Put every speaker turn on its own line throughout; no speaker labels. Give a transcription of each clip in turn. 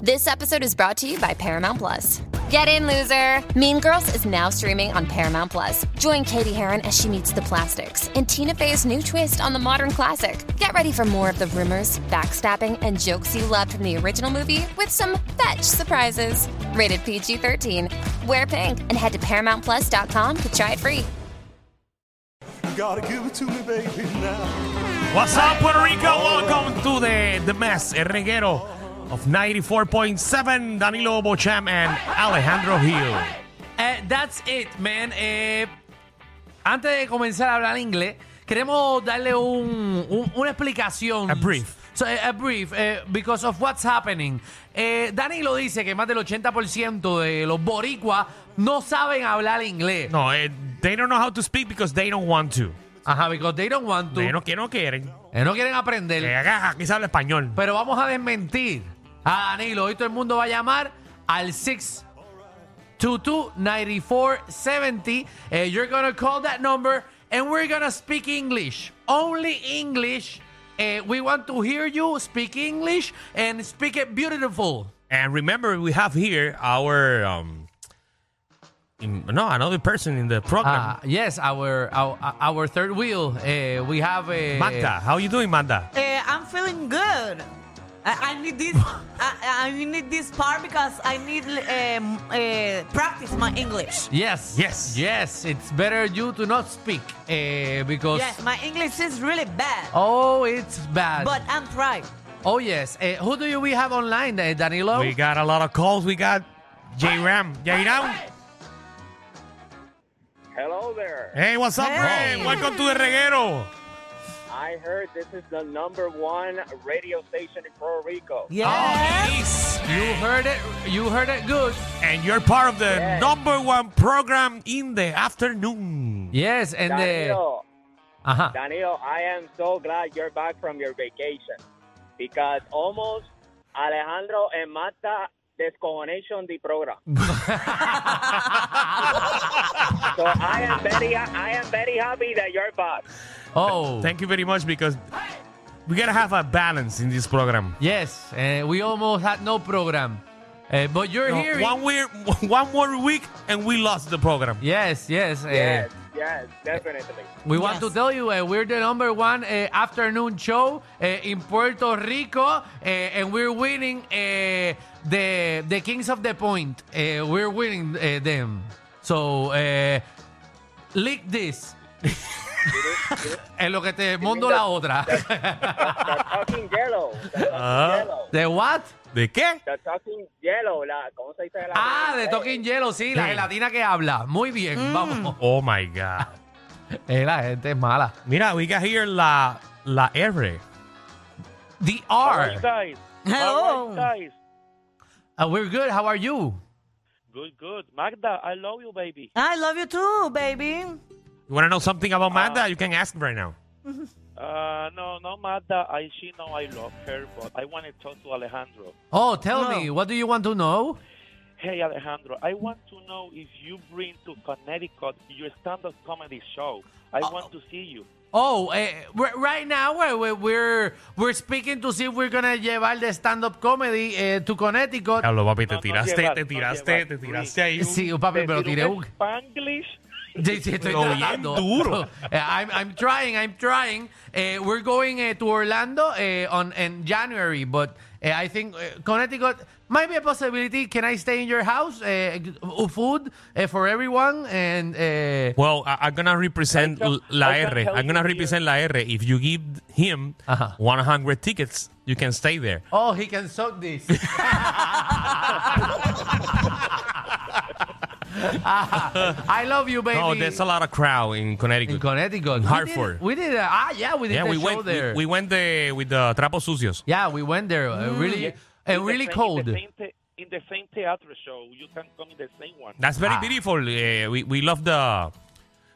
This episode is brought to you by Paramount Plus. Get in, loser! Mean Girls is now streaming on Paramount Plus. Join Katie Heron as she meets the plastics and Tina Fey's new twist on the modern classic. Get ready for more of the rumors, backstabbing, and jokes you loved from the original movie with some fetch surprises. Rated PG 13. Wear pink and head to ParamountPlus.com to try it free.
Gotta give it to me, baby, now.
What's up, Puerto Rico? Welcome to the, the mess, El Reguero of 94.7, Danilo Bocham and Alejandro Hill.
Eh, that's it, man. Eh, antes de comenzar a hablar inglés, queremos darle un, un- una explicación.
A brief.
So, eh, a brief, eh, because of what's happening. Eh, Danilo dice que más del 80% de los boricuas no saben hablar inglés.
No, eh, they don't know how to speak because they don't want to.
Ajá, because they don't want to.
They no, que no quieren.
Eh, no quieren aprender.
Que acá aquí se habla español.
Pero vamos a desmentir a Danilo. Hoy todo el mundo va a llamar al 622-9470. Eh, you're gonna call that number and we're gonna speak English. Only English. Eh, we want to hear you speak English and speak it beautiful.
And remember, we have here our, um, in- no, another person in the program.
Ah, yes, our, our our third wheel. Eh, we have eh,
Magda, how you doing, Magda?
Uh, I'm feeling good. I, I need this. I, I need this part because I need um, uh, practice my English.
Yes,
Yes.
yes. It's better you to not speak eh, because
Yes, my English is really bad,
oh, it's bad.
but I'm trying.
Oh yes. Eh, who do you we have online, eh, Danilo?
We got a lot of calls. We got J Ram. J Ram.
Hello there.
Hey, what's up,
Hey.
man? Welcome to the Reguero.
I heard this is the number one radio station in Puerto Rico.
Oh.
Yes.
You heard it. You heard it good.
And you're part of the
Yes.
number one program in the afternoon.
Yes, and eh, uh-huh. the
Danilo,
ajá.
Danilo, I am so glad you're back from your vacation because almost Alejandro and Mata descojonation the program. so I am very, I am very happy that you're back.
Oh,
Thank you very much because we gotta have a balance in this program.
yes. Eh, we almost had no program, Eh, but you're
No,
here.
one week, one more week, and we lost the program.
Yes, yes. eh,
Yes, yes, definitely.
we want to
Yes.
tell you eh, we're the number one eh, afternoon show eh, in Puerto Rico, eh, and we're winning eh, the the Kings of the Point. Eh, we're winning eh, them. So, eh, lick this. en lo que te mando la otra.
The talking yellow. The talking
Ah.
yellow.
¿De what?
¿De qué?
The talking yellow. La, ¿Cómo se dice? La
Ah, de Talking Yellow, sí, la
Sí.
gelatina que habla. Muy
Mm.
bien, vamos.
Oh my God.
Eh, la gente es mala.
Mira, we got here la, la R.
The
How are you
R.
guys? How are
Oh.
Hello.
you guys?
Uh, we're good, how are you?
Good, good. Magda, I love you, baby.
I love you too, baby.
You wanna know something about Magda? You can ask right now.
Uh, no, no, Magda. I she know I love her, but I want to talk to Alejandro.
Oh, tell
No.
me, what do you want to know?
Hey, Alejandro, I want to know if you bring to Connecticut your stand-up comedy show. I want to see you.
Oh, eh, we're- right now we're- we're, we're we're speaking to see if we're gonna llevar the stand-up comedy eh, to Connecticut. Eh,
Hablo, papi, te
No, no
tiraste,
llevar,
te
no
tiraste,
llevar.
te tiraste ahí. un-
Sí, oh, papi, pero
Pero
tiré
un
un...
Spanglish.
Sí, sí, estoy
Pero bien
tratando.
duro.
Eh, I'm, I'm trying, I'm trying. Eh, we're going eh, to Orlando eh, on in January, but eh, I think eh, Connecticut might be a possibility. Can I stay in your house? Eh, uh, food eh, for everyone and eh,
Well, I, I'm gonna represent
I can-
l- la
I can
R.
tell
I'm gonna
you
represent la R. If you give him
Ajá.
100 tickets, you can stay there.
oh, he can suck this. I love you, baby.
Oh, there's a lot of crowd in Connecticut.
in Connecticut,
Hartford.
We did, we did uh, ah, yeah, we did
yeah,
the
we
show
went, we-
there.
We, Mm. went the, with the Trapos Sucios.
yeah, we went there. uh, really, and
In the
really
same-
cold.
In the same, te- in in the same theater show. You can come in the same one.
That's very
Ah.
beautiful. Eh, we, we love the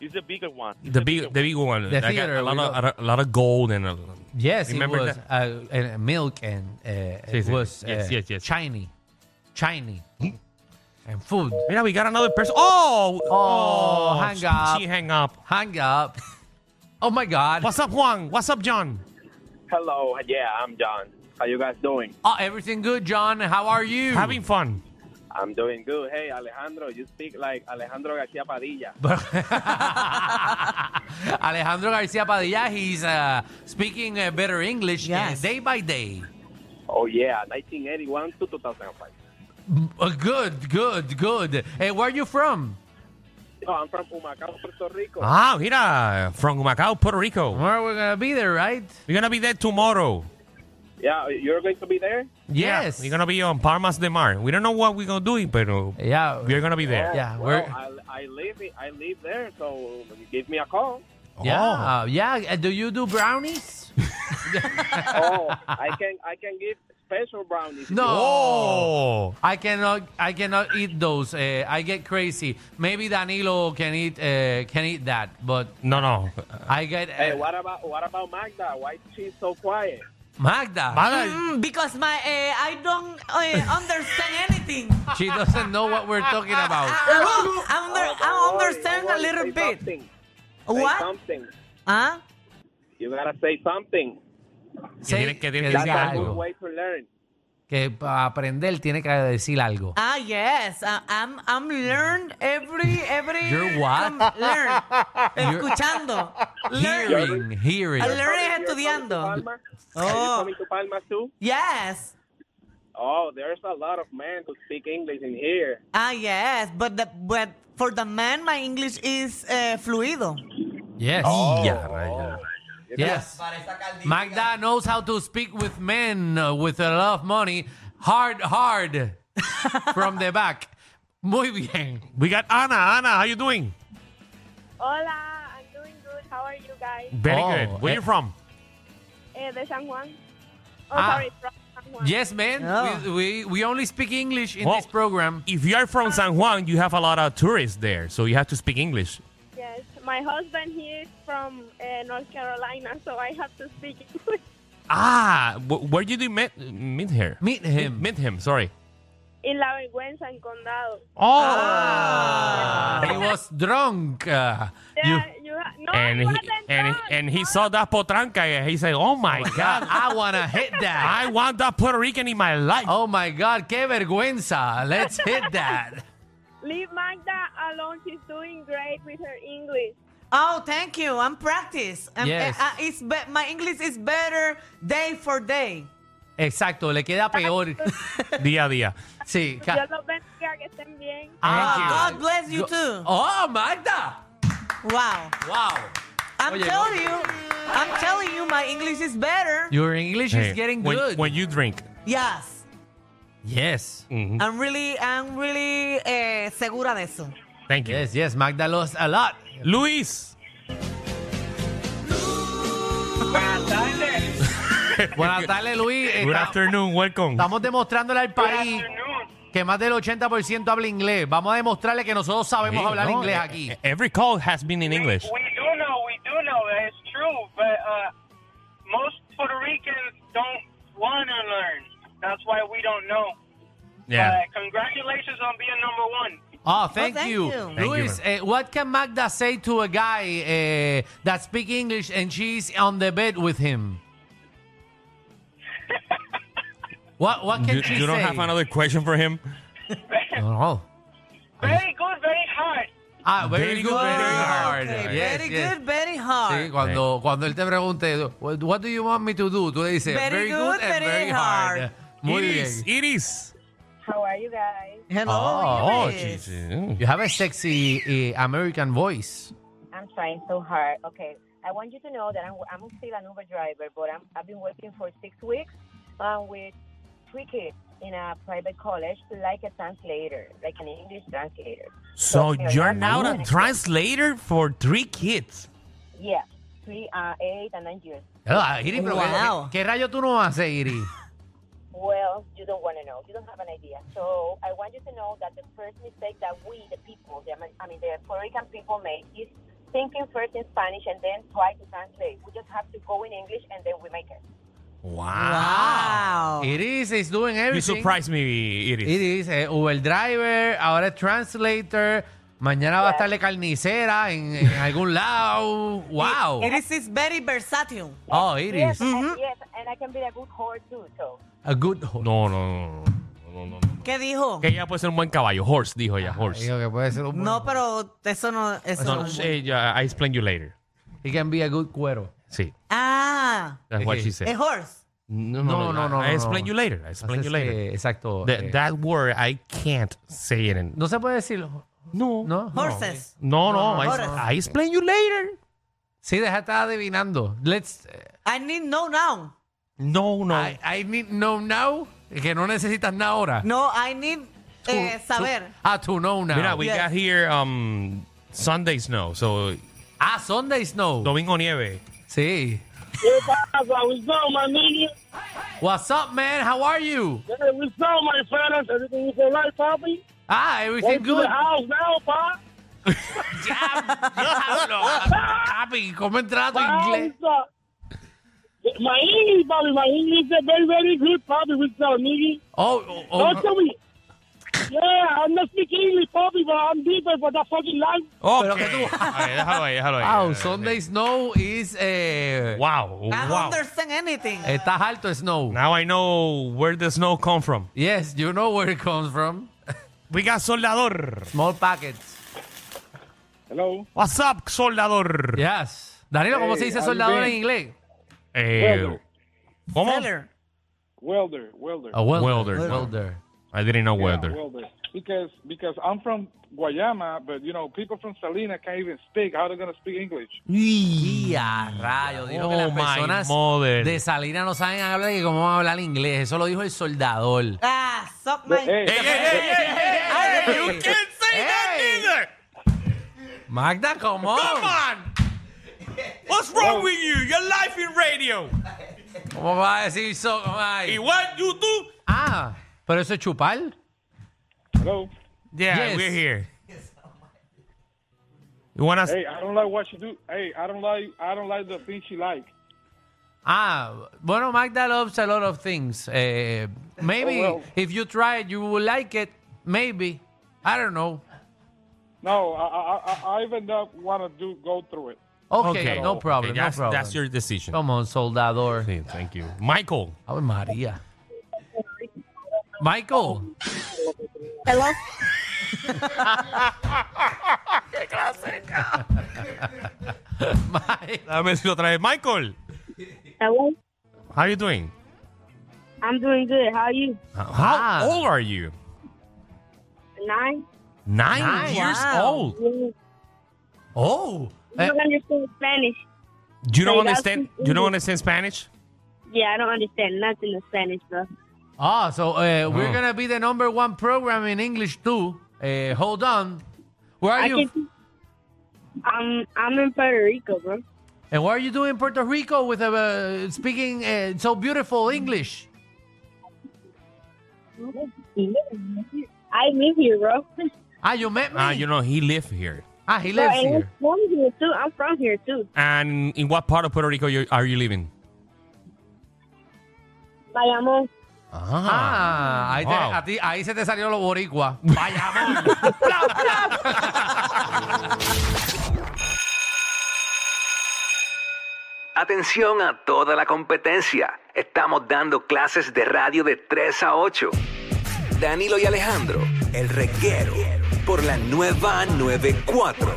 It's a bigger one. It's
the
a
big the big one.
The
That got
theater,
A lot,
we
of,
love-
a lot of gold and. A,
Yes,
Remember
it was
that?
uh, uh, milk and uh,
Sí,
it
sí.
was
Yes,
uh,
yes, Mm. yes.
shiny, shiny, and food.
Mira, we got another person. Oh,
Oh, hang
she-
up.
She hang up.
Hang up. Oh my God!
What's up, Juan? What's up, John?
Hello, yeah, I'm John. How you guys doing?
Oh, everything good, John? How are you?
Having fun.
I'm doing good. Hey, Alejandro, you speak like Alejandro Garcia Padilla.
Alejandro Garcia Padilla. He's uh, speaking uh, better English uh,
Yes.
day by day.
Oh yeah, 1981 to 2005.
Uh, good, good, good. Hey, where are you from?
No, Oh, I'm from Humacao, Puerto Rico.
Ah, mira, from Macau, Puerto Rico.
Well, we're gonna be there, right?
We're gonna be there tomorrow.
Yeah, you're going to be there?
Yes.
Yeah, we're gonna be on Palmas de Mar. We don't know what we're gonna do, pero
Yeah.
we're gonna be there.
Yeah,
Well,
we're-
I, I live I live there, so give me a call.
yeah,
Oh.
uh, yeah. Uh, Do you do brownies?
oh, I can I can give special brownies.
No.
Oh.
I cannot. I cannot eat those. Uh, I get crazy. Maybe Danilo can eat. Uh, can eat that, but
No, no.
I get. Uh,
Hey, what about what about Magda? Why she's so quiet?
Magda.
Mala-
Mm, because my eh, I don't eh, understand anything.
she doesn't know what we're talking about.
I, don't- I under-
Don't
I
worry,
understand
don't
a
worry,
little
Oh, say
bit.
Something. Say
What?
something.
Huh?
You gotta say something.
tiene- que tiene que
diga
decir
That's a
algo.
good way to learn.
Que para aprender tiene que decir algo.
Ah yes, I, I'm I'm learned every every.
You're what?
learn. Escuchando. Learn.
Hearing, hearing.
I learn- Estoy
You're coming to
estudiando.
Palma? Are you
Oh
coming to Palma too?
yes.
Oh, there's a lot of men who speak English in here.
Ah yes, but the but for the man my English is eh, fluido.
Yes. Yes. Magda knows how to speak with men uh, with a lot of money. Hard, hard from the back. Muy bien.
We got Anna. Anna, how you doing?
Hola, I'm doing good. How are you guys?
Very
Oh,
good. Where
eh.
you from?
Eh, de San Juan. Oh,
Ah.
sorry, from San Juan.
Yes, man.
Yeah.
We, we we only speak English in
Well-
this program.
If you are from San Juan, you have a lot of tourists there, so you have to speak English.
Yes. My husband, he is from uh, North Carolina, so I have to speak English.
Ah, wh- where did you meet meet her?
Meet him.
Meet him. Sorry.
In La Vergüenza, en Condado.
Oh. Ah.
he was drunk. Uh,
Yeah, you, ha- no,
And
I
he, and
wasn't drunk.
and he
No,
saw that potranca and he said, "Oh my
God,
God,
I wanna hit that.
I want that Puerto Rican in my life."
oh my God, qué vergüenza. Let's hit that.
Leave Magda alone. She's doing great with her English.
Oh, thank you. I'm practice. I'm,
Yes.
eh, uh, it's be- my English is better day for day.
Exacto, le queda peor.
Día a día.
Sí. ca-
Dios los bendiga, que estén bien.
Thank you.
Ah, God bless you
Go-
too.
Oh, Magda.
Wow.
Wow.
I'm
Oye,
telling you, I'm telling you, my English is better.
Your English
Hey,
is getting
when,
good.
when Mm, you drink.
yes,
yes.
I'm really, I'm really eh, segura de eso.
Thank you,
Yes, yes. Magda lost a lot.
Luis.
Buenas tardes, Luis.
Good
Esta-
afternoon. Welcome.
Estamos demostrándole al país que más del 80% habla inglés. Vamos a demostrarle que nosotros sabemos
Sí,
hablar
no,
inglés
eh,
aquí.
eh, Every call has been in English.
We do know, we do know that it's true, but uh, most Puerto Ricans don't want to learn. That's why we don't know.
Yeah.
But congratulations on being number one.
Oh, thank,
thank
you.
you.
Thank you,
Luis, eh, what can Magda say to a guy eh, that speaks English and she's on the bed with him? what what can
You,
she
you don't
say?
have another question for him?
No, no.
Very good, very hard.
Ah, very,
Very
good,
good,
very
very
hard.
Okay,
Yes,
very
yes.
good, very
Sí,
hard.
cuando, cuando él te pregunte, "What what do you want me to do? Tú le dices, very,
Very
good,
good,
and
very
very hard.
hard.
Muy
Iris,
bien.
Iris.
How are you guys?
Hello,
Oh,
Iris.
You have a sexy eh, American voice.
I'm trying so hard. Okay, I want you to know that I'm, I'm still an Uber driver, but I'm, I've been working for six weeks um, with three kids in a private college, like a translator, like an English translator.
So
Okay,
you're
that's
now a
good.
translator for three kids.
Yeah, three, uh, eight, and nine years.
Ah, Iris, pero
Wow.
¿qué, qué rayo tú no haces, Iris?
Well, you don't want to know. You don't have an idea. So I want you to know that the first mistake that we, the people, the, Amer- I mean, the Puerto Rican people make is thinking first in Spanish and then try to translate. We just have to go in English and then we make it.
Wow. Iris is doing
You
everything.
surprise me, Iris.
Iris, eh, Uber driver, ahora es translator. Mañana va a estar de carnicera en, en algún
Eh,
lado. Wow.
Iris is very versatile.
Oh, Iris.
Yes, and, yes, and I can be a good whore too. So
A good horse.
No, no, no, no, no, no, no.
¿Qué dijo?
Que ella puede ser un buen caballo. Horse, dijo
Ah,
ella. Horse.
Digo que puede ser un
No, pero eso no. Eso
No,
no.
eh, ya, I explain you later.
He can be a good cuero.
Sí,
Ah,
that's what she said.
a horse.
No,
Eh, No, no, no,
I
no,
explain
no.
you later. I explain
Entonces,
you later.
eh, exacto.
Th-
eh,
that word, I can't say it. In,
no se puede decir. No.
no, no,
no.
Horses.
no.
no,
I,
horse.
I explain you later.
Sí, deja de estar adivinando. Let's. eh,
I need no now.
No, no.
I, I need know now. Que no necesitas nada ahora.
No, I need eh, saber.
Ah, to know now.
Mira, we
Yes.
got here um, Sunday snow, so
ah, Sunday Snow.
Domingo Nieve.
Sí.
¿Qué pasa? What's up, my nigga?
What's up, man? How are you?
Hey, what's up, my fellas? Everything is alright, papi?
Ah, everything
Welcome to
good.
the house now, pa.
Ya, diablo. Papi, ¿cómo entra tu inglés?
What's up? My English, papi. My English is very, very good, papi. What's up, nigga?
Oh, oh, oh,
Also, we... Yeah, I'm not speaking English, papi, but I'm deeper for that fucking language.
Ok.
que tú-
Ay, déjalo ahí, déjalo ahí.
wow,
Eh,
Sunday Snow is. Eh,
Wow,
I don't
wow.
understand anything.
Estás alto, Snow.
Now I know where the snow come from.
Yes, you know where it comes from.
We got Soldador.
Small packets.
Hello.
What's up, Soldador?
Yes. Danilo, ¿cómo se dice
Hey,
soldador
Alvin.
en inglés?
Eh, ¿Cómo?
Seller.
Welder, welder.
A welder.
Welder.
Welder.
I didn't know
Yeah,
weather.
Because because I'm from Guayama, but you know people from Salina can't even speak. How they gonna speak English?
Y a rayo, dijo que
Oh,
las
my
personas
mother.
de Salina no saben hablar y cómo van a hablar inglés. Eso lo dijo el soldador.
Ah, suck my.
Eh.
Hey,
Hey, hey, hey, hey, hey, hey,
Hey.
You can't say
Hey. Oh.
that either.
Magda, ¿cómo?
Come on. What's wrong with you? Your life in radio.
¿Cómo va a decir eso? ¿Cómo va a
Y
ir?
what you do?
Ah, pero eso es chupar.
hello.
Yeah,
Yes.
we're here. You want us?
Hey, I don't like what you do. Hey, I don't like I don't like the things you like.
Ah, bueno, Magda loves a lot of things. Eh, maybe
Oh, well.
if you try it, you will like it. Maybe. I don't know.
No, I I I, I even don't want to do go through it.
Okay, no
Okay,
problem, no
that's,
problem.
That's your decision.
Come on, soldador.
Sí, Thank you, Michael.
Ave María. Michael.
hello.
Mike.
Dame decirlo otra vez, Michael.
Hello.
How are you doing?
I'm doing good. How are you?
How
Ah.
old are you?
Nine.
Nine,
Nine.
years
Wow.
old.
You
Oh. eh,
understand Spanish.
You don't
Hey, that's
understand? You don't understand Spanish?
Yeah, I don't understand nothing in Spanish, bro.
Ah, so uh, we're
Oh.
gonna be the number one program in English too. Uh, hold on, where are you?
I'm I'm in Puerto Rico, bro.
And what are you doing in Puerto Rico with uh, uh, speaking uh, so beautiful English?
I live here, bro.
Ah, you met me.
Ah, you know he live here.
ah, he
Bro,
lives
and
here.
I'm from here too. I'm from here too.
And in what part of Puerto Rico you, are you living?
Bayamón.
Ah.
Ah, ahí, te-
Wow.
a ti- ahí se te salió lo boricua. Vaya,
Atención a toda la competencia. Estamos dando clases de radio de 3 a 8. Danilo y Alejandro, el reguero, por la nueva 94.